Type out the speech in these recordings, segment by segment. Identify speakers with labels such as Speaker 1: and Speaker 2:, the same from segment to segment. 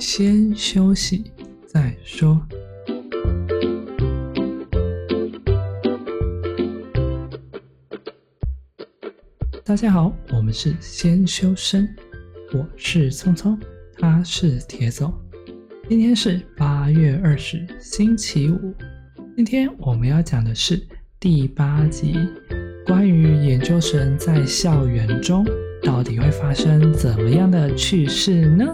Speaker 1: 先休息再说。大家好，我们是先修身，我是聪聪，他是铁总。今天是八月二十，星期五。今天我们要讲的是第八集，关于研究生在校园中到底会发生怎么样的趣事呢？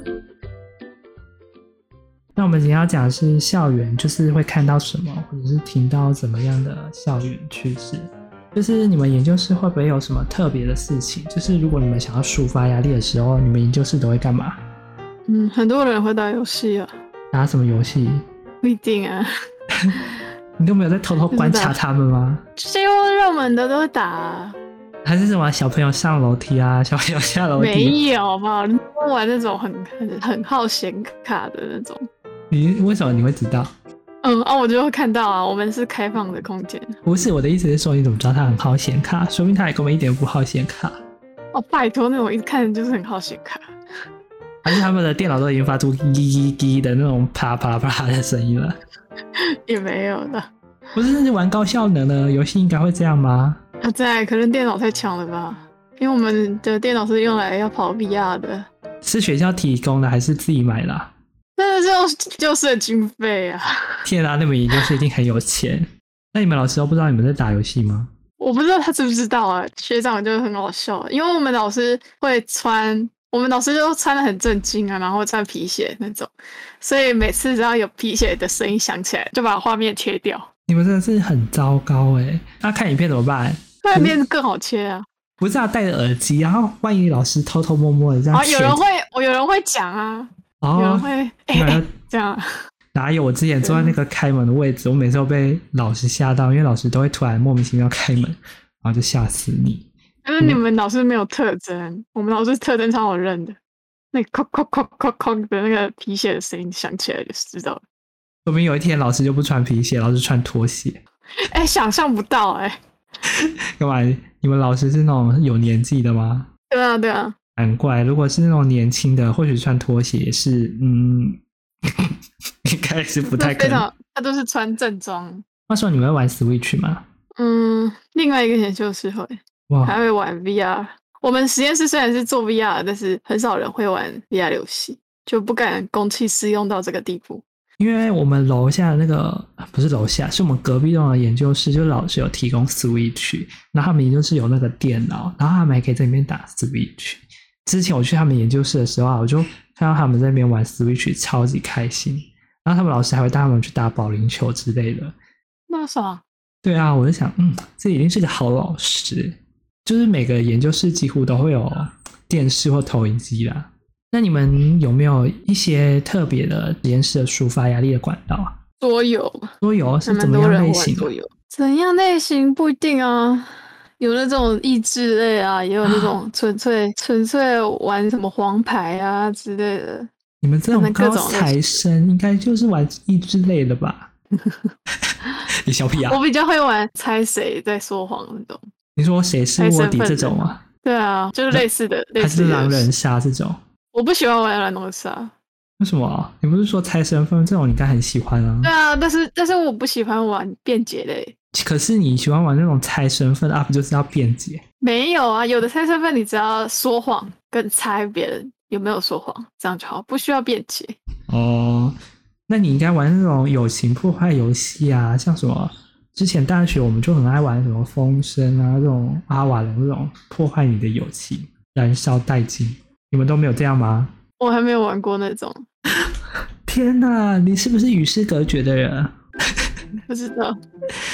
Speaker 1: 那我们今天要讲的是校园，就是会看到什么，或者是听到怎么样的校园趣事。就是你们研究室会不会有什么特别的事情？就是如果你们想要抒发压力的时候，你们研究室都会干嘛？
Speaker 2: 嗯，很多人会打游戏啊，
Speaker 1: 打什么游戏？
Speaker 2: 不一定啊，
Speaker 1: 你都没有在偷偷观察他们吗？
Speaker 2: 这些热门的都会打、啊，
Speaker 1: 还是什么小朋友上楼梯啊，小朋友下楼梯？啊
Speaker 2: 没有吧？你不玩那种很很很耗显卡的那种。
Speaker 1: 你为什么你会知道？
Speaker 2: 嗯啊，我就会看到啊，我们是开放的空间。
Speaker 1: 不是我的意思是说，你怎么知道他很耗显卡？说明他也根本一点都不耗显卡，
Speaker 2: 哦，拜托，那种一看就是很耗显卡。
Speaker 1: 还是他们的电脑都已经发出“滴滴滴”的那种啪啪啪的声音了？
Speaker 2: 也没有的。
Speaker 1: 不是，那是玩高效能的游戏应该会这样吗？
Speaker 2: 啊，在可能电脑太强了吧？因为我们的电脑是用来要跑 VR 的，
Speaker 1: 是学校提供的还是自己买的啊、
Speaker 2: 那就就是经费啊。
Speaker 1: 天啊，你们研究室一定很有钱。 那你们老师都不知道你们在打游戏吗？
Speaker 2: 我不知道他知不知道啊，学长就很好笑，因为我们老师会穿，我们老师就穿的很正经啊，然后穿皮鞋那种，所以每次只要有皮鞋的声音响起来，就把画面切掉，
Speaker 1: 你们真的是很糟糕哎、那、看影片怎么办？
Speaker 2: 画面更好切啊。
Speaker 1: 不是啊，戴着耳机，然后万一老师偷偷摸摸的这样
Speaker 2: 啊，
Speaker 1: 嗯切，
Speaker 2: 有人会，我有人会讲啊，有人
Speaker 1: 哦，
Speaker 2: 会哎、
Speaker 1: 你
Speaker 2: 哎
Speaker 1: 们
Speaker 2: 这样啊，
Speaker 1: 哪有？我之前坐在那个开门的位置，我每次都被老师吓到，因为老师都会突然莫名其妙开门，然后就吓死你。嗯
Speaker 2: 就是你们老师没有特征，我们老师特征超好认的，那哐哐哐哐哐的那个皮鞋的声音响起来就知道了。
Speaker 1: 说明有一天老师就不穿皮鞋，老师穿拖鞋。
Speaker 2: 哎、想象不到哎、
Speaker 1: 干嘛？你们老师是那种有年纪的吗？
Speaker 2: 对啊，对啊，
Speaker 1: 难怪，如果是那种年轻的，或许穿拖鞋也是，嗯， 应该是不
Speaker 2: 就
Speaker 1: 太可
Speaker 2: 非
Speaker 1: 能。
Speaker 2: 常，他都是穿正装。
Speaker 1: 话说，你们会玩 Switch 吗？
Speaker 2: 嗯，另外一个研究室会，还
Speaker 1: 哇，
Speaker 2: 会玩 VR。我们实验室虽然是做 VR，但是很少人会玩 VR 游戏，就不敢公器私用到这个地步。
Speaker 1: 因为我们楼下那个不是楼下，是我们隔壁栋的研究室，就老师有提供 Switch，然后他们研究室有那个电脑，然后他们还可以在里面打 Switch。之前我去他们研究室的时候啊，我就看到他们在那边玩 Switch，超级开心。然后他们老师还会带他们去打保龄球之类的。
Speaker 2: 那啥，
Speaker 1: 对啊，我就想，嗯，这一定是个好老师。就是每个研究室几乎都会有电视或投影机啦。那你们有没有一些特别的实验室的抒发压力的管道啊？
Speaker 2: 桌游
Speaker 1: 桌游
Speaker 2: 还
Speaker 1: 是
Speaker 2: 蛮
Speaker 1: 怎么
Speaker 2: 多
Speaker 1: 样
Speaker 2: 人
Speaker 1: 类
Speaker 2: 玩
Speaker 1: 型啊
Speaker 2: 桌
Speaker 1: 的？
Speaker 2: 游，怎样类型不一定啊。有那种益智类啊，也有那种纯粹纯粹玩什么黄牌啊之类的。
Speaker 1: 你们这
Speaker 2: 可
Speaker 1: 种
Speaker 2: 能各
Speaker 1: 高
Speaker 2: 种类
Speaker 1: 材生应该就是玩益智类的吧？ 你小屁啊！
Speaker 2: 我比较会玩猜谁在说谎那种。
Speaker 1: 你说谁是
Speaker 2: 猜
Speaker 1: 卧
Speaker 2: 身
Speaker 1: 底
Speaker 2: 份
Speaker 1: 这
Speaker 2: 的
Speaker 1: 种啊？
Speaker 2: 对啊，就是类似的，类
Speaker 1: 还
Speaker 2: 似
Speaker 1: 是
Speaker 2: 的
Speaker 1: 狼
Speaker 2: 游戏
Speaker 1: 人杀这种？
Speaker 2: 我不喜欢玩蓝龙杀。
Speaker 1: 为什么？啊你不是说猜身份这种你应该很喜欢啊？
Speaker 2: 对啊，但是但是我不喜欢玩便捷类。
Speaker 1: 可是你喜欢玩那种猜身份的 UP，就是要辩解。
Speaker 2: 没有啊，有的猜身份你只要说谎跟猜别人有没有说谎，这样就好，不需要便捷。
Speaker 1: 哦，那你应该玩那种友情破坏游戏啊，像什么之前大学我们就很爱玩什么风声啊，这种阿瓦隆这种破坏你的友情，燃烧殆尽。你们都没有这样吗？
Speaker 2: 我还没有玩过那种，
Speaker 1: 天哪，你是不是与世隔绝的人？
Speaker 2: 不知道。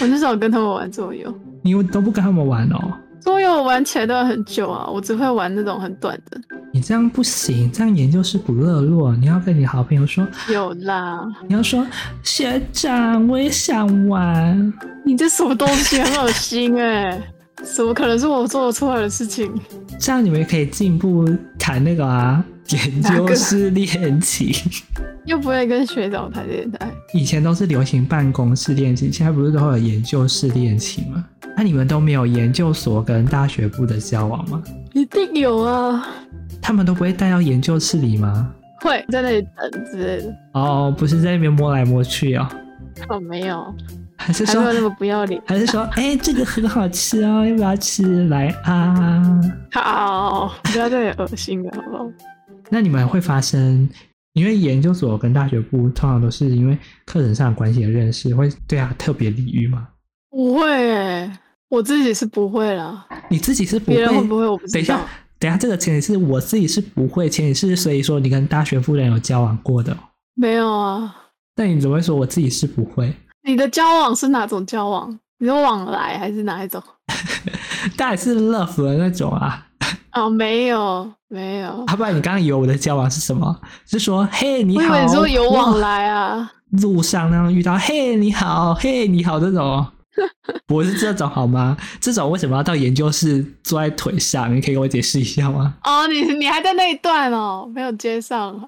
Speaker 2: 我很少跟他们玩桌游，
Speaker 1: 你都不跟他们玩哦？
Speaker 2: 桌游我玩起来都要很久啊，我只会玩那种很短的。
Speaker 1: 你这样不行，这样研究是不热络。你要跟你好朋友说，
Speaker 2: 有啦，
Speaker 1: 你要说学长，我也想玩。
Speaker 2: 你这什么东西很恶心哎、怎么可能是我做得出来的事情？
Speaker 1: 这样你们可以进一步谈那个啊，研
Speaker 2: 哪
Speaker 1: 究
Speaker 2: 个
Speaker 1: 室恋情。
Speaker 2: 又不会跟学长谈恋爱，
Speaker 1: 以前都是流行办公室恋情，现在不是都会有研究室恋情吗？那、你们都没有研究所跟大学部的交往吗？
Speaker 2: 一定有啊。
Speaker 1: 他们都不会带到研究室里吗？
Speaker 2: 会在那里等之类的。
Speaker 1: 哦，不是在那边摸来摸去哦，
Speaker 2: 哦，没有，
Speaker 1: 还是
Speaker 2: 还没有那
Speaker 1: 说
Speaker 2: 么不要 脸。
Speaker 1: 还是说，哎、这个很好吃哦，要不要吃来啊？
Speaker 2: 好，不要再恶心了，好不好？
Speaker 1: 那你们会发生，因为研究所跟大学部通常都是因为课程上的关系的认识，会对他特别礼遇吗？
Speaker 2: 不会欸、我自己是不会啦，
Speaker 1: 你自己是不
Speaker 2: 别人会不
Speaker 1: 会？
Speaker 2: 会我不
Speaker 1: 等
Speaker 2: 知
Speaker 1: 一
Speaker 2: 道
Speaker 1: 下。，等一下，这个前提是我自己是不会，前提是所以说你跟大学部的人有交往过的哦，
Speaker 2: 没有啊，
Speaker 1: 那你怎么会说我自己是不会？
Speaker 2: 你的交往是哪种交往？你说往来还是哪一种？
Speaker 1: 当然是 love 的那种啊，
Speaker 2: 哦，没有，没有。
Speaker 1: 要、不然你刚刚以为我的交往是什么？是说嘿你
Speaker 2: 我以
Speaker 1: 好，
Speaker 2: 为你说有往
Speaker 1: 哇
Speaker 2: 来啊，
Speaker 1: 路上那样遇到，嘿，你好，嘿，你好这 种，不是这种好吗？这种为什么要到研究室坐在腿上？你可以给我解释一下吗？
Speaker 2: 哦，你你还在那一段哦，没有接上。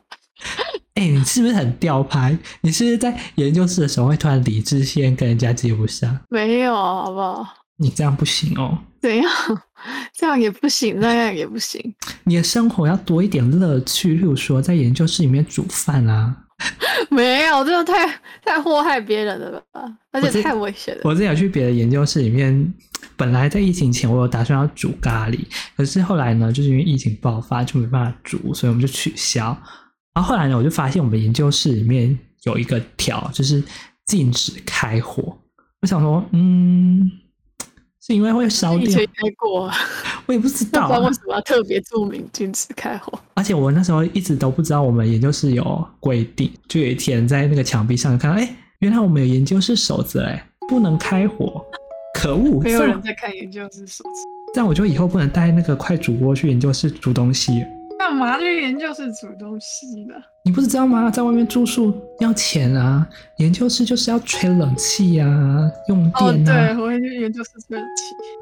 Speaker 1: 哎、你是不是很吊牌？你是不是在研究室的时候会突然理智线跟人家接不上？
Speaker 2: 没有，啊好不好？
Speaker 1: 你这样不行哦，
Speaker 2: 怎样？这样也不行，那样也不行。
Speaker 1: 你的生活要多一点乐趣，例如说在研究室里面煮饭啊。
Speaker 2: 没有，这个太太祸害别人了吧？
Speaker 1: 我
Speaker 2: 而
Speaker 1: 这
Speaker 2: 且太危险了。
Speaker 1: 我之前有去别的研究室里面，本来在疫情前我有打算要煮咖喱，可是后来呢，就是因为疫情爆发就没办法煮，所以我们就取消。然后后来呢，我就发现我们研究室里面有一个条，就是禁止开火。我想说，嗯，是因为会烧
Speaker 2: 以
Speaker 1: 掉
Speaker 2: 前，开过，
Speaker 1: 我也不知
Speaker 2: 不
Speaker 1: 道
Speaker 2: 知
Speaker 1: 啊、
Speaker 2: 道为什么要特别注明禁止开火。
Speaker 1: 而且我那时候一直都不知道我们研究室有规定，就有一天在那个墙壁上看到，哎，原来我们有研究室守则，哎，不能开火，可恶！
Speaker 2: 没有
Speaker 1: 这么
Speaker 2: 人在看研究室手册，
Speaker 1: 这样我就以后不能带那个快煮锅去研究室煮东西。
Speaker 2: 干嘛去研究室煮东西呢？
Speaker 1: 你不是知道吗？在外面住宿要钱啊，研究室就是要吹冷气啊，用
Speaker 2: 哦，
Speaker 1: 电啊。
Speaker 2: 对，我会去研究室吹气。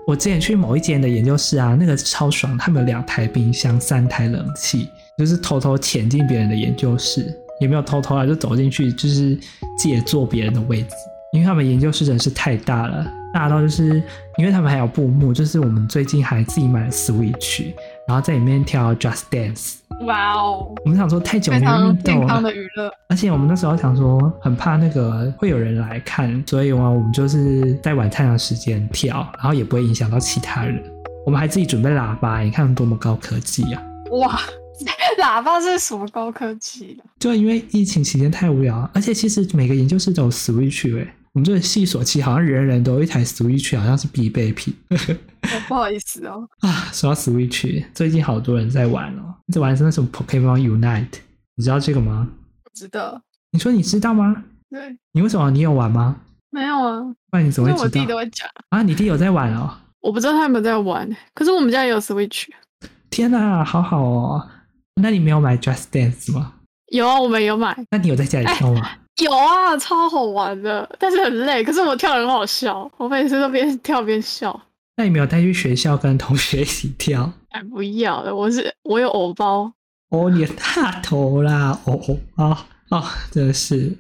Speaker 1: 我之前去某一间的研究室啊，那个超爽，他们有两台冰箱，三台冷气，就是偷偷潜进别人的研究室，也没有偷偷啊，就走进去，就是借坐别人的位置，因为他们研究室真的是太大了，大到就是因为他们还有布幕，就是我们最近还自己买了 Switch，然后在里面跳 Just Dance。
Speaker 2: 哇哦，
Speaker 1: 我们想说太久
Speaker 2: 非
Speaker 1: 没有
Speaker 2: 常
Speaker 1: 运
Speaker 2: 健
Speaker 1: 动
Speaker 2: 康
Speaker 1: 了，
Speaker 2: 的娱乐。
Speaker 1: 而且我们那时候想说很怕那个会有人来看，所以嘛，我们就是在晚太阳时间跳，然后也不会影响到其他人。我们还自己准备喇叭，你看多么高科技啊！
Speaker 2: 哇， 喇叭是什么高科技的？
Speaker 1: 就因为疫情期间太无聊，而且其实每个研究室都有 Switch 哎、我们这个系所其实好像人人都有一台 Switch，好像是必备品
Speaker 2: 哦不好意思哦，
Speaker 1: 啊。说到 Switch，最近好多人在玩哦，在玩那什么 Pokemon Unite，你知道这个吗？
Speaker 2: 不知道。
Speaker 1: 你说你知道吗？
Speaker 2: 对，
Speaker 1: 你为什么你有玩吗？
Speaker 2: 没有啊，
Speaker 1: 不然你怎
Speaker 2: 因
Speaker 1: 么
Speaker 2: 为
Speaker 1: 会
Speaker 2: 我
Speaker 1: 知
Speaker 2: 弟
Speaker 1: 道
Speaker 2: 都会讲。
Speaker 1: 啊？你弟有在玩哦！
Speaker 2: 我不知道他有没有在玩，欸可是我们家也有 Switch，
Speaker 1: 天哪、好好哦。那你没有买 Just Dance 吗？
Speaker 2: 有啊，我们有买，
Speaker 1: 那你有在家里跳吗？
Speaker 2: 有啊，超好玩的，但是很累。可是我跳得很好笑，我每次都边跳边笑。
Speaker 1: 那你没有带去学校跟同学一起跳？
Speaker 2: 哎，不要了，我是我有偶包，
Speaker 1: 哦，你的大头啦！哦哦哦哦，真的是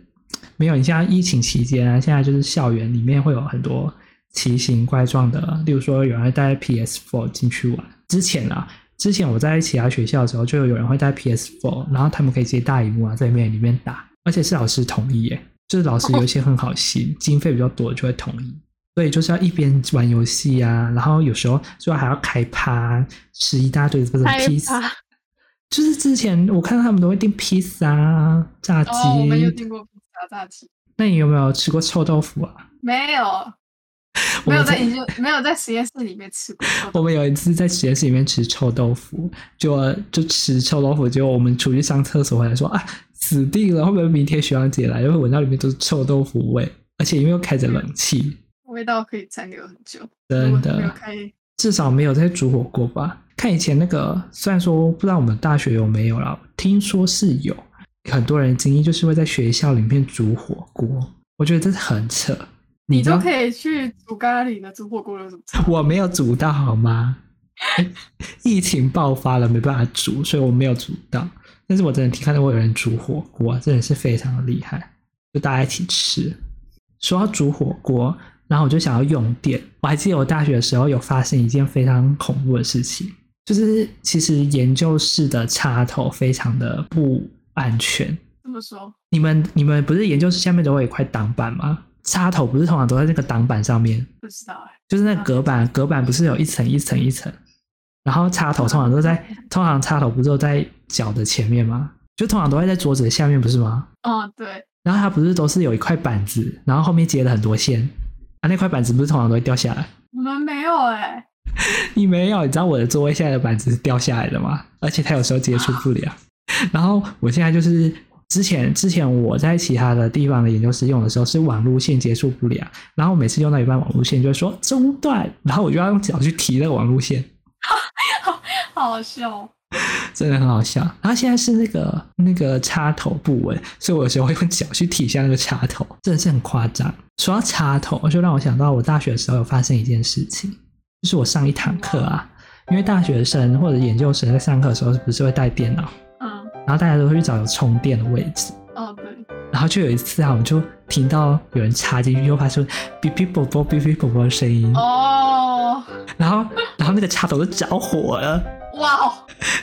Speaker 1: 没有。你像疫情期间啊，现在就是校园里面会有很多奇形怪状的，例如说有人会带 PS4 进去玩。之前啊，之前我在其他学校的时候，就有人会带 PS4，然后他们可以接大荧幕啊，在里面里面打，而且是老师同意耶，就是老师有一些很好心，经费比较多就会同意。所以就是要一边玩游戏啊，然后有时候就还要开趴，吃一大堆这种
Speaker 2: 开
Speaker 1: p
Speaker 2: 趴
Speaker 1: 就是之前我看到他们都会订披萨、啊、炸鸡、
Speaker 2: 哦过披萨炸鸡，
Speaker 1: 那你有没有吃过臭豆腐啊？
Speaker 2: 没有，
Speaker 1: 我们在
Speaker 2: 究，没有在实验室里面吃过。
Speaker 1: 我们有一次在实验室里面吃臭豆腐，就就吃臭豆腐，结果我们出去上厕所回来说啊，死定了，会不会明天学长姐来，就会闻到里面都是臭豆腐味，而且因为又开着冷气，
Speaker 2: 味道可以残留很久，
Speaker 1: 真的
Speaker 2: 开
Speaker 1: 至少没有在煮火锅吧？看以前那个，虽然说不知道我们大学有没有啦，听说是有很多人的经历，就是会在学校里面煮火锅，我觉得这是很扯。
Speaker 2: 你
Speaker 1: 知
Speaker 2: 都
Speaker 1: 道
Speaker 2: 可以去煮咖喱的，煮火锅有什么差？
Speaker 1: 我没有煮到好吗？哎疫情爆发了，没办法煮，所以我没有煮到。但是我真的听看到过有人煮火锅，真的是非常的厉害，就大家一起吃。说到煮火锅，然后我就想要用电。我还记得我大学的时候有发生一件非常恐怖的事情，就是其实研究室的插头非常的不安全。
Speaker 2: 这么说，
Speaker 1: 你们你们不是研究室下面都会有一块挡板吗？插头不是通常都在那个挡板上面，
Speaker 2: 不知道哎、
Speaker 1: 就是那隔板，隔板不是有一层一层一层，然后插头通常都在，通常插头不是都在脚的前面吗？就通常都会在桌子的下面，不是吗？
Speaker 2: 哦，对，
Speaker 1: 然后它不是都是有一块板子，然后后面接了很多线，啊，那块板子不是通常都会掉下来？
Speaker 2: 我们没有哎、
Speaker 1: 你没有，你知道我的座位现在的板子是掉下来的吗？而且它有时候接触不了。然后我现在就是之前之前我在其他的地方的研究室用的时候是网路线接触不了，然后每次用到一半网路线就会说中断，然后我就要用脚去提那个网路线，
Speaker 2: 好好笑。
Speaker 1: 真的很好笑。然后现在是那个那个插头不稳，所以我有时候会用脚去提一下那个插头，真的是很夸张。说到插头，就让我想到我大学的时候有发生一件事情，就是我上一堂课啊，因为大学生或者研究生在上课的时候，不是会带电脑，
Speaker 2: 嗯，
Speaker 1: 然后大家都会去找有充电的位置。
Speaker 2: 哦对，
Speaker 1: 然后就有一次啊，我们就听到有人插进去，又发出哔哔啵啵、哔哔啵啵的声音，
Speaker 2: 哦，
Speaker 1: 然后然后那个插头就着火了。
Speaker 2: 哇哦，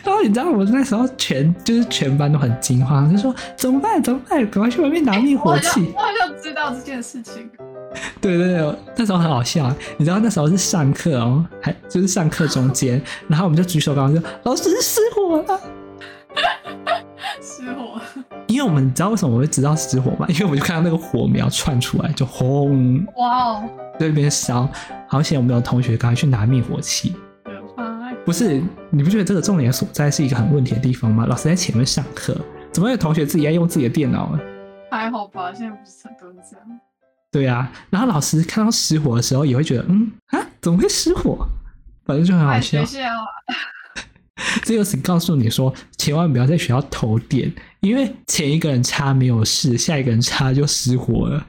Speaker 1: 然后啊你知道我那时候全就是全班都很惊慌，就说怎么办怎么办，赶快去外面拿灭
Speaker 2: 我
Speaker 1: 火
Speaker 2: 好像
Speaker 1: 器。
Speaker 2: 哎我好像知道这件事情。
Speaker 1: 对对对，那时候很好笑。你知道那时候是上课哦，还就是上课中间，然后我们就举手高说老师失火了。
Speaker 2: 失火，
Speaker 1: 因为我们你知道为什么我会知道失火 吗？因为我就看到那个火苗窜出来，就轰
Speaker 2: 哇哦，
Speaker 1: 在那边烧。好险我们有同学赶快去拿灭火器。
Speaker 2: 可怕！
Speaker 1: 不是，你不觉得这个重点所在是一个很问题的地方吗？老师在前面上课，怎么会有同学自己在用自己的电脑呢？
Speaker 2: 还好吧，现在不是很多人这样。
Speaker 1: 对啊，然后老师看到失火的时候也会觉得，嗯啊，怎么会失火？反正就很好
Speaker 2: 哎
Speaker 1: 笑
Speaker 2: 学。校啊，
Speaker 1: 这就是告诉你说，千万不要在学校投点，因为前一个人插没有事，下一个人插就失火了。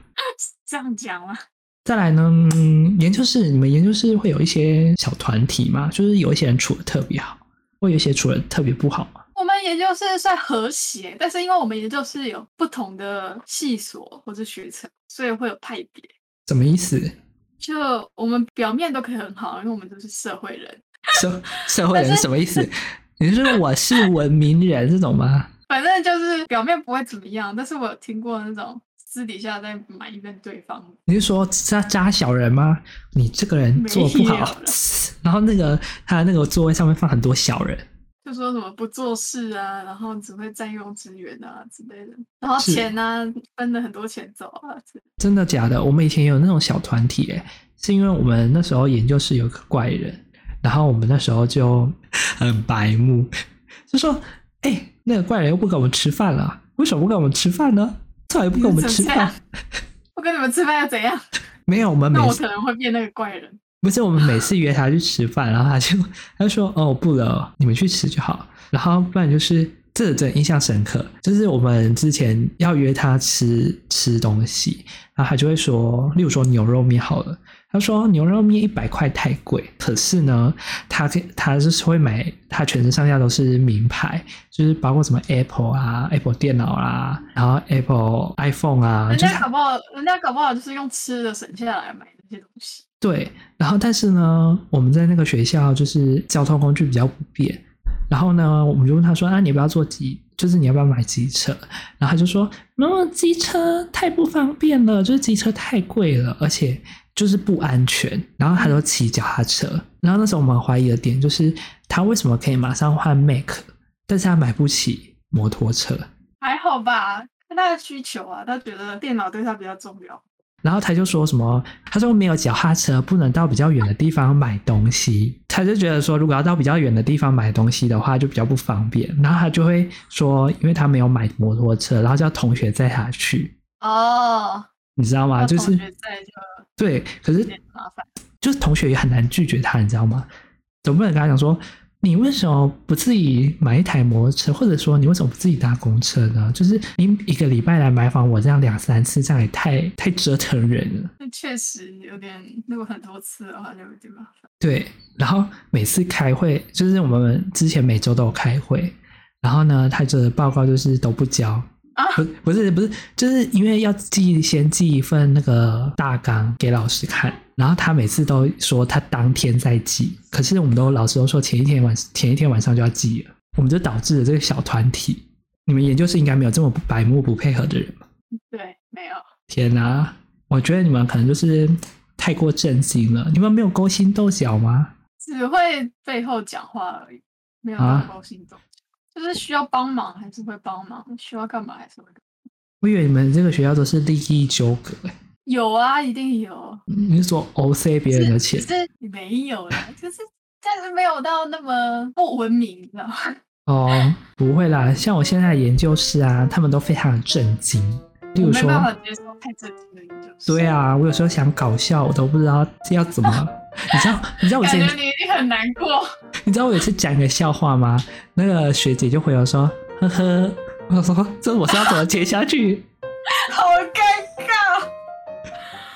Speaker 2: 这样讲吗？
Speaker 1: 再来呢，嗯、研究室你们研究室会有一些小团体嘛，就是有一些人处的特别好，或有一些处的特别不好嘛。
Speaker 2: 我们研究室算和谐，但是因为我们研究室有不同的系所或者学程，所以会有派别。
Speaker 1: 什么意思？
Speaker 2: 就我们表面都可以很好，因为我们都是社会人。
Speaker 1: 社社会人是什么意思？你是说我是文明人这种吗？
Speaker 2: 反正就是表面不会怎么样，但是我有听过那种私底下在埋怨对方的。
Speaker 1: 你是说扎扎小人吗？你这个人做不
Speaker 2: 没有
Speaker 1: 好
Speaker 2: 啦，
Speaker 1: 然后那个他那个座位上面放很多小人，
Speaker 2: 就说什么不做事啊，然后只会占用资源啊之类的，然后
Speaker 1: 是
Speaker 2: 钱呢、分了很多钱走啊之类的，
Speaker 1: 真的假的？我们以前也有那种小团体、欸，是因为我们那时候研究室有个怪人，然后我们那时候就很白目，就说：“哎、那个怪人又不跟我们吃饭了，为什么不跟我们吃饭呢？他也不跟我们吃
Speaker 2: 你们怎么这
Speaker 1: 饭
Speaker 2: 样。我跟你们吃饭要怎样？
Speaker 1: 啊没有，我们每
Speaker 2: 那我
Speaker 1: 次
Speaker 2: 可能会变那个怪人。
Speaker 1: 不是我们每次约他去吃饭，然后他就他就说哦不了，你们去吃就好。然后不然就是这个真的印象深刻，就是我们之前要约他吃吃东西，然后他就会说，例如说牛肉面好了，他说牛肉面一百块太贵，可是呢，他可以他就是会买，他全身上下都是名牌，就是包括什么 Apple 啊、Apple 电脑啦、然后 Apple iPhone 啊，
Speaker 2: 人
Speaker 1: 就是
Speaker 2: 家
Speaker 1: 他
Speaker 2: 搞不好，人家搞不好就是用吃的省下来买那些东西。
Speaker 1: 对，然后但是呢，我们在那个学校就是交通工具比较不便，然后呢，我们就问他说：“啊，你要不要坐机？就是你要不要买机车？”然后他就说：“妈妈，机车太不方便了，就是机车太贵了，而且就是不安全。”然后他都骑脚踏车。然后那时候我们怀疑的点就是，他为什么可以马上换 Mac，但是他买不起摩托车？
Speaker 2: 还好吧，看他的需求啊，他觉得电脑对他比较重要。
Speaker 1: 然后他就说什么，他说没有脚踏车不能到比较远的地方买东西，他就觉得说如果要到比较远的地方买东西的话就比较不方便，然后他就会说，因为他没有买摩托车，然后叫同学载他去，
Speaker 2: 哦，
Speaker 1: 你知道吗？
Speaker 2: 那
Speaker 1: 啊就
Speaker 2: 同
Speaker 1: 是
Speaker 2: 学在就
Speaker 1: 对，可
Speaker 2: 有
Speaker 1: 是
Speaker 2: 点麻烦。
Speaker 1: 就是同学也很难拒绝他，你知道吗？总不能跟他讲说，你为什么不自己买一台摩托车，或者说你为什么不自己搭公车呢？就是你一个礼拜来买访我这样两三次，这样也太太折腾人了。
Speaker 2: 那确实有点，如果很多次的话就有点麻烦。
Speaker 1: 对，然后每次开会，就是我们之前每周都有开会，然后呢，他的报告就是都不交，
Speaker 2: 啊
Speaker 1: 不不是不是，就是因为要寄先寄一份那个大纲给老师看，然后他每次都说他当天再寄，可是我们都老师都说前一天晚前一天晚上就要寄了，我们就导致了这个小团体你们研究室应该没有这么不百目不配合的人吧？
Speaker 2: 对，没有。
Speaker 1: 天哪、我觉得你们可能就是太过震惊了。你们没有勾心斗角吗？
Speaker 2: 只会背后讲话而已，没有
Speaker 1: 啊
Speaker 2: 到勾心斗角，就是需要帮忙还是会帮忙，需要干嘛还是会干嘛。
Speaker 1: 我以为你们这个学校都是利益纠葛、欸，
Speaker 2: 有啊，一定有。
Speaker 1: 你是说 OC 别人的钱
Speaker 2: 只是你没有啦，就是但是没有到那么不文明，你知道吗？
Speaker 1: 哦？不会啦，像我现在的研究室啊，他们都非常震惊。例
Speaker 2: 我
Speaker 1: 如
Speaker 2: 没
Speaker 1: 说，
Speaker 2: 办法接受太震惊的研究室。
Speaker 1: 对，啊，我有时候想搞笑，我都不知道要怎 么。你知道，你知道我之
Speaker 2: 感
Speaker 1: 前
Speaker 2: 觉你一定很难过。
Speaker 1: 你知道我有一次讲一个笑话吗？那个学姐就回我说：“呵呵。”我说：“这我是要怎么接下去
Speaker 2: 好尴尬，？”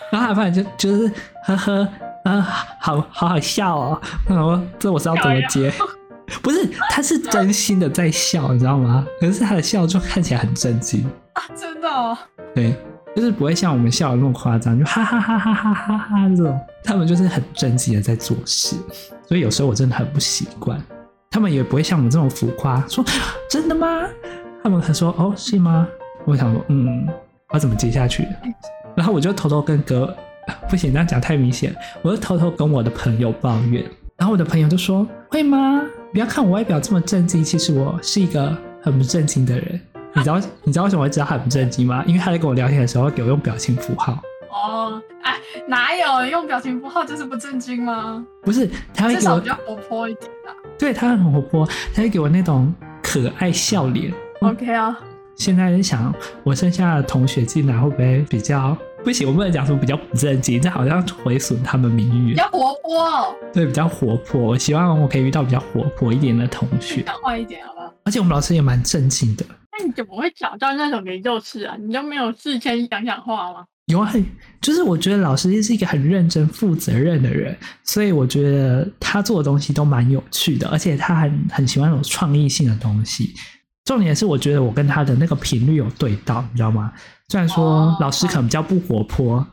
Speaker 1: 然后还发现就就是呵呵，啊，好好好笑哦。那我说这我是要怎么接？ 不是，他是真心的在笑，你知道吗？可是他的笑就看起来很震惊，
Speaker 2: 真的、哦，
Speaker 1: 对，就是不会像我们笑的那么夸张，就哈哈哈哈哈哈哈这种。他们就是很震惊的在做事，所以有时候我真的很不习惯。他们也不会像我们这种浮夸，说真的吗？他们还说哦是吗？我想说嗯，我要怎么接下去？然后我就偷偷跟哥，不行，这样讲太明显，我就偷偷跟我的朋友抱怨，然后我的朋友就说会吗？不要看我外表这么震惊，其实我是一个很不震惊的人。你知道 你知道为什么我会知道他很不震惊吗？因为他在跟我聊天的时候给我用表情符号，
Speaker 2: 哦，哎，哪有用表情符号就是不震惊吗？
Speaker 1: 不是他会
Speaker 2: 至
Speaker 1: 给
Speaker 2: 少
Speaker 1: 我
Speaker 2: 比较活泼一点啦。
Speaker 1: 对他很活泼，他会给我那种可爱笑脸。
Speaker 2: OK 啊，
Speaker 1: 现在在想，我剩下的同学进来会不会比较不行？我不能讲什么比较不正经，这好像毁损他们名誉
Speaker 2: 比。较活泼、哦，
Speaker 1: 对，比较活泼。我希望我可以遇到比较活泼一点的同学，
Speaker 2: 讲话一点好不好？
Speaker 1: 而且我们老师也蛮正经的。
Speaker 2: 那你怎么会找到那种研究室啊？你都没有事先讲讲话 吗？
Speaker 1: 有啊很，就是我觉得老师是一个很认真、负责任的人，所以我觉得他做的东西都蛮有趣的，而且他很很喜欢有创意性的东西。重点是，我觉得我跟他的那个频率有对到，你知道吗？虽然说
Speaker 2: 哦
Speaker 1: 老师可能比较不活泼，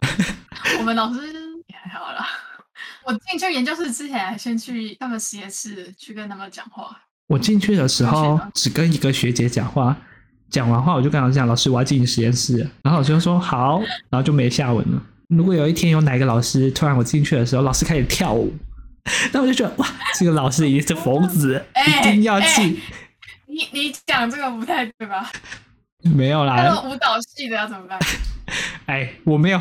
Speaker 2: 我们老师也还好啦。 我进去研究室之前，还先去他们实验室去跟他们讲话。
Speaker 1: 我进去的时候
Speaker 2: 学长
Speaker 1: 只跟一个学姐讲话，讲完话我就跟老师讲，老师我要进实验室了，然后老师就说 好，然后就没下文了。如果有一天有哪个老师突然我进去的时候，老师开始跳舞， 那我就觉得哇，这个老师一定是疯 子，
Speaker 2: 哎
Speaker 1: 一定要进。
Speaker 2: 你你讲这个不太对吧？
Speaker 1: 没有
Speaker 2: 那
Speaker 1: 啦，
Speaker 2: 种舞蹈系的要怎么办？
Speaker 1: 哎，我没有，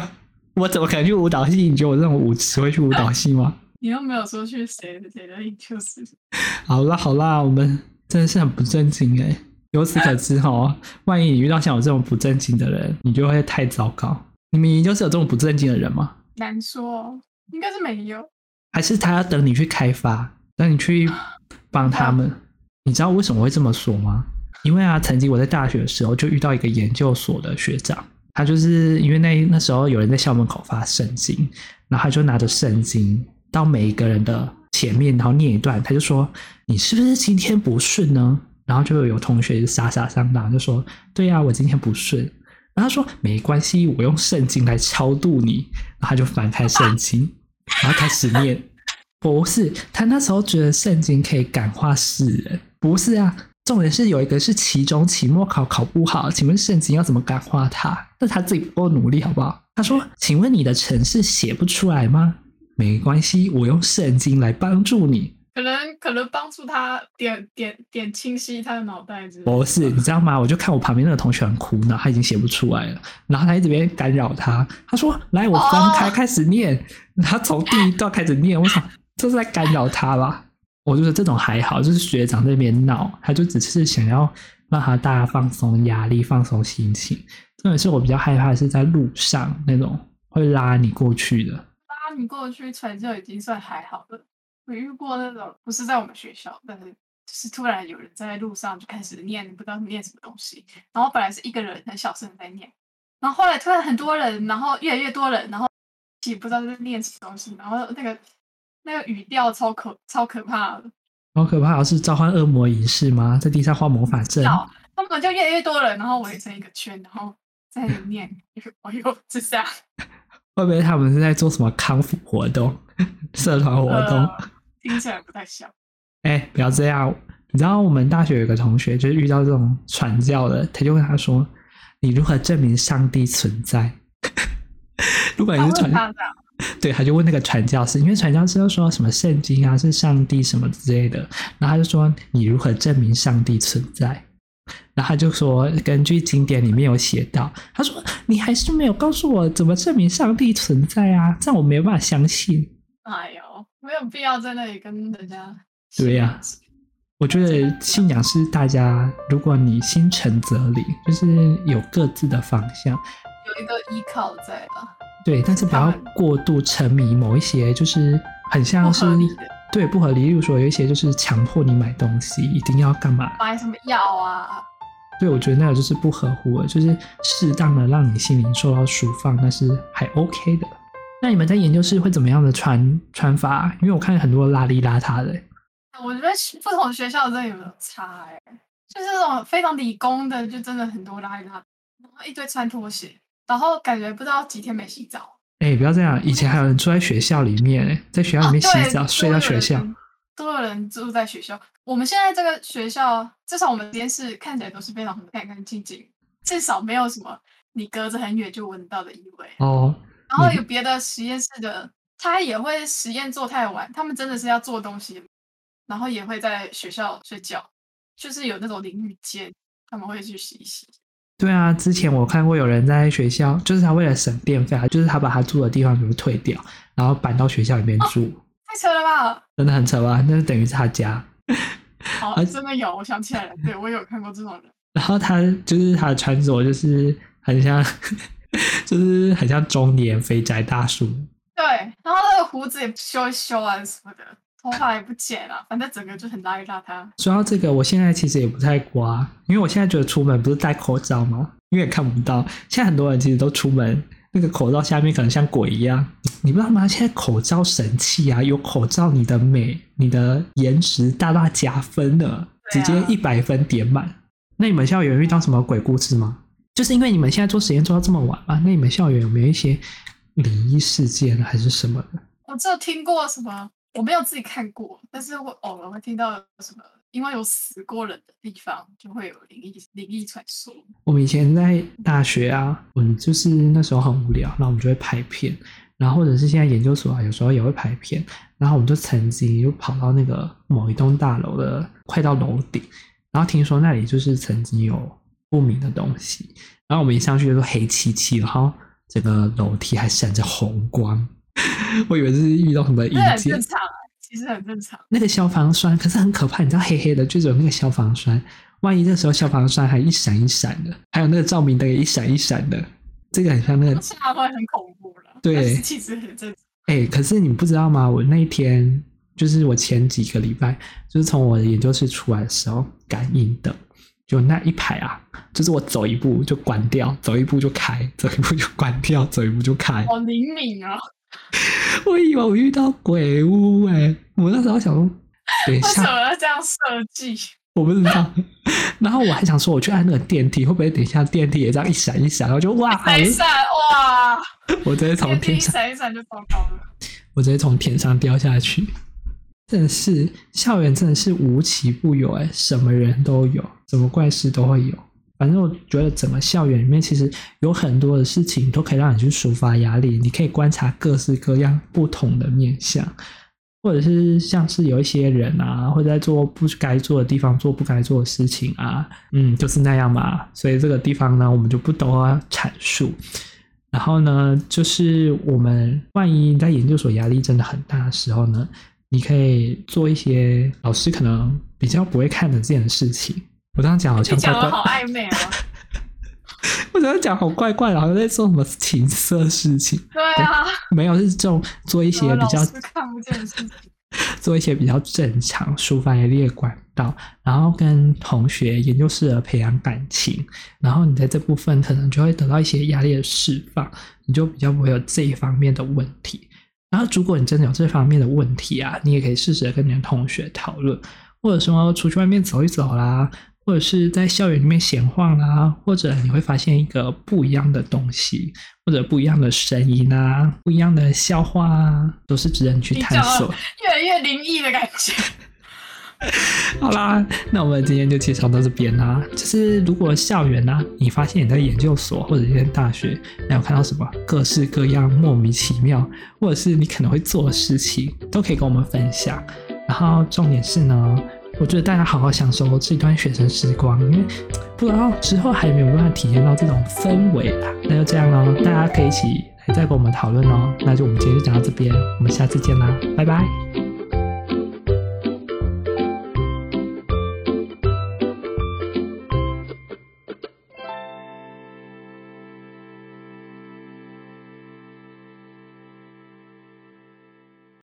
Speaker 1: 我怎么可能去舞蹈系？你觉得我这种舞痴会去舞蹈系吗？
Speaker 2: 你又没有说去谁的谁的研究室，
Speaker 1: 好啦好啦，我们真的是很不正经哎、由此可知哦，万一你遇到像我这种不正经的人，你就会太糟糕。你们研究室有这种不正经的人吗？
Speaker 2: 难说、哦，应该是没有。
Speaker 1: 还是他要等你去开发，等你去帮他们？你知道为什么会这么说吗？因为啊，曾经我在大学的时候就遇到一个研究所的学长，他就是因为那那时候有人在校门口发圣经，然后他就拿着圣经到每一个人的前面，然后念一段，他就说：“你是不是今天不顺呢？”然后就有同学就傻傻当当就说：“对啊呀、我今天不顺。”然后他说：“没关系，我用圣经来超度你。”然后他就翻开圣经，然后开始念。不是，他那时候觉得圣经可以感化世人，不是啊。重点是有一个是期中、期末考考不好，请问圣经要怎么感化他？那他自己不够努力，好不好？他说：“请问你的城市写不出来吗？没关系，我用圣经来帮助你。”
Speaker 2: 可能可能帮助他点点点清晰他的脑袋之类的。
Speaker 1: 不是，你知道吗？我就看我旁边那个同学很苦恼，他已经写不出来了，然后他一直边干扰他，他说：“来，我翻开
Speaker 2: 哦
Speaker 1: 开始念。他从第一段开始念，我想这是在干扰他吧？我觉得这种还好，就是学长在那边闹，他就只是想要让他大家放松压力、放松心情。重点是我比较害怕的是在路上那种会拉你过去的，
Speaker 2: 拉你过去传就已经算还好了。我遇过那种不是在我们学校，但是就是突然有人在路上就开始念，不知道念什么东西。然后本来是一个人很小声的在念，然后后来突然很多人，然后越来越多人，然后也不知道在念什么东西，然后那个那个语调超可超可怕的，
Speaker 1: 好可怕！是召唤恶魔仪式吗？在地上画魔法阵？
Speaker 2: 叫他们就越来越多人，然后围成一个圈，然后在那里念， 哎呦，这下
Speaker 1: 会不会他们是在做什么康复 活动、社团活动？
Speaker 2: 呃听起来不太像。
Speaker 1: 哎、不要这样！你知道我们大学有一个同学，就是遇到这种传教的，他就问他说：“你如何证明上帝存在？” 如果你
Speaker 3: 他
Speaker 1: 是
Speaker 3: 会
Speaker 1: 传，
Speaker 3: 这样子啊
Speaker 1: 对，他就问那个传教士，因为传教士就说什么圣经啊是上帝什么之类的，然后他就说你如何证明上帝存在？然后他就说根据经典里面有写到，他说你还是没有告诉我怎么证明上帝存在啊，这样我没有办法相信。
Speaker 2: 哎呦，没有必要在那里跟人家。
Speaker 1: 对呀我觉得信仰是大家，如果你心诚则灵，就是有各自的方向，
Speaker 2: 有一个依靠在啦。
Speaker 1: 对，但是不
Speaker 2: 他
Speaker 1: 要
Speaker 2: 们
Speaker 1: 过度沉迷某一些，就是很像
Speaker 2: 不
Speaker 1: 是
Speaker 2: 合理的
Speaker 1: 对不合理。例如说，有一些就是强迫你买东西，一定要干嘛？
Speaker 2: 买什么药啊？
Speaker 1: 对，我觉得那个就是不合乎的，就是适当的让你心灵受到舒放，那是还 OK 的。那你们在研究室会怎么样的穿穿法？因为我看很多邋里邋遢的、
Speaker 2: 我觉得不同学校真的有差哎、就是那种非常理工的，就真的很多邋里邋遢，然后一堆穿拖鞋，然后感觉不知道几天没洗澡。
Speaker 1: 哎、不要这样！以前还有人住在学校里面、欸，在学校里面洗
Speaker 2: 哦对
Speaker 1: 澡，睡到学校。，
Speaker 2: 都有人都有人住在学校。我们现在这个学校，至少我们实验室看起来都是非常干干净净，至少没有什么你隔着很远就闻到的异味。
Speaker 1: 哦，
Speaker 2: 然后
Speaker 1: 你
Speaker 2: 有别的实验室的，他也会实验做太晚，他们真的是要做东西，然后也会在学校睡觉，就是有那种淋浴间，他们会去洗一洗。
Speaker 1: 对啊，之前我看过有人在学校，就是他为了省电费，他啊就是他把他住的地方全部退掉，然后搬到学校里面住，
Speaker 2: 太扯了吧！
Speaker 1: 真的很扯吧？那就等于是他家。
Speaker 2: 好，真的有，我想起来了，对我有看过这种人，
Speaker 1: 然后他就是他的穿着就是很像， 就是很像中年肥宅大叔。
Speaker 2: 对，然后那个胡子也修一修啊什么的，头发也不剪了、反正整个就很邋里邋遢。
Speaker 1: 说到这个，我现在其实也不太刮，因为我现在觉得出门不是戴口罩吗？因为也看不到。现在很多人其实都出门，那个口罩下面可能像鬼一样，你不知道吗？现在口罩神器啊，有口罩，你的美、你的颜值大大加分了，直
Speaker 2: 对啊
Speaker 1: 接一百分点满。那你们校园遇到什么鬼故事吗？就是因为你们现在做实验做到这么晚嘛，那你们校园有没有一些灵异事件啊还是什么的？
Speaker 2: 我只有听过什么，我没有自己看过，但是我偶尔会听到有什么，因为有死过人的地方就会有灵异灵异传说。
Speaker 1: 我们以前在大学啊，我们就是那时候很无聊，然后我们就会拍片，然后或者是现在研究所啊，有时候也会拍片，然后我们就曾经就跑到那个某一栋大楼的快到楼顶，然后听说那里就是曾经有不明的东西，然后我们一上去就黑漆漆，然后整个楼梯还闪着红光， 我以为是遇到什么异
Speaker 2: 这很
Speaker 1: 界
Speaker 2: 正，常啊，其实很正常。
Speaker 1: 那个消防栓可是很可怕，你知道黑黑的，就是有那个消防栓，万一那时候消防栓还一闪一闪的，还有那个照明灯也一闪一闪的，这个很像那个
Speaker 2: 现在会很恐怖了，
Speaker 1: 对
Speaker 2: 但是其实很正常。
Speaker 1: 哎、可是你不知道吗？我那一天就是我前几个礼拜，就是从我的研究室出来的时候，感应的就那一排啊，就是我走一步就关掉，走一步就开，走一步就关掉，走一步就开。
Speaker 2: 好灵敏啊！
Speaker 1: 我以为我遇到鬼屋哎、我那时候想说，等一
Speaker 2: 为
Speaker 1: 下
Speaker 2: 什么要这样设计？
Speaker 1: 我不知道。然后我还想说，我去按那个电梯，会不会等一下电梯也这样一闪一闪？然后就哇，
Speaker 2: 闪一闪，哇！
Speaker 1: 我直接从天
Speaker 2: 电梯一
Speaker 1: 上，
Speaker 2: 闪一闪就糟糕了。
Speaker 1: 我直接从天上掉下去。真的是校园，真的是无奇不有哎、什么人都有，什么怪事都会有。反正我觉得整个校园里面，其实有很多的事情都可以让你去抒发压力，你可以观察各式各样不同的面相。或者是像是有一些人啊，会在做不该做的地方做不该做的事情啊，嗯，就是那样嘛。所以这个地方呢，我们就不多阐述。然后呢，就是我们万一你在研究所压力真的很大的时候呢，你可以做一些老师可能比较不会看得见的事情。我这样讲好像
Speaker 2: 你
Speaker 1: 怪
Speaker 2: 讲的
Speaker 1: 怪，
Speaker 2: 好暧昧啊！
Speaker 1: 我这样讲好怪怪的，好像在做什么情色事情。
Speaker 2: 对啊，
Speaker 1: 没有，是这种做一些
Speaker 2: 有
Speaker 1: 比较
Speaker 2: 老师看不见的事情。
Speaker 1: 做一些比较正常抒发压力的管道，然后跟同学、研究室的培养感情，然后你在这部分可能就会得到一些压力的释放，你就比较不会有这一方面的问题。然后，如果你真的有这方面的问题啊，你也可以适时的跟你的同学讨论，或者说出去外面走一走啦，或者是在校园里面闲晃啦，或者你会发现一个不一样的东西，或者不一样的声音啊，不一样的笑话啊，都是值得你去
Speaker 2: 你
Speaker 1: 探
Speaker 2: 讲了
Speaker 1: 索。
Speaker 2: 越来越灵异的感觉。
Speaker 1: 好啦，那我们今天就介绍到这边啦。就是如果校园啊，你发现你在研究所或者一些大学，然后看到什么各式各样莫名其妙，或者是你可能会做的事情，都可以跟我们分享。然后重点是呢，我觉得大家好好享受这段学生时光，因为不知道之后还有没有办法体验到这种氛围啦。那就这样喽，大家可以一起来再跟我们讨论哦。那就我们今天就讲到这边，我们下次见啦，拜拜。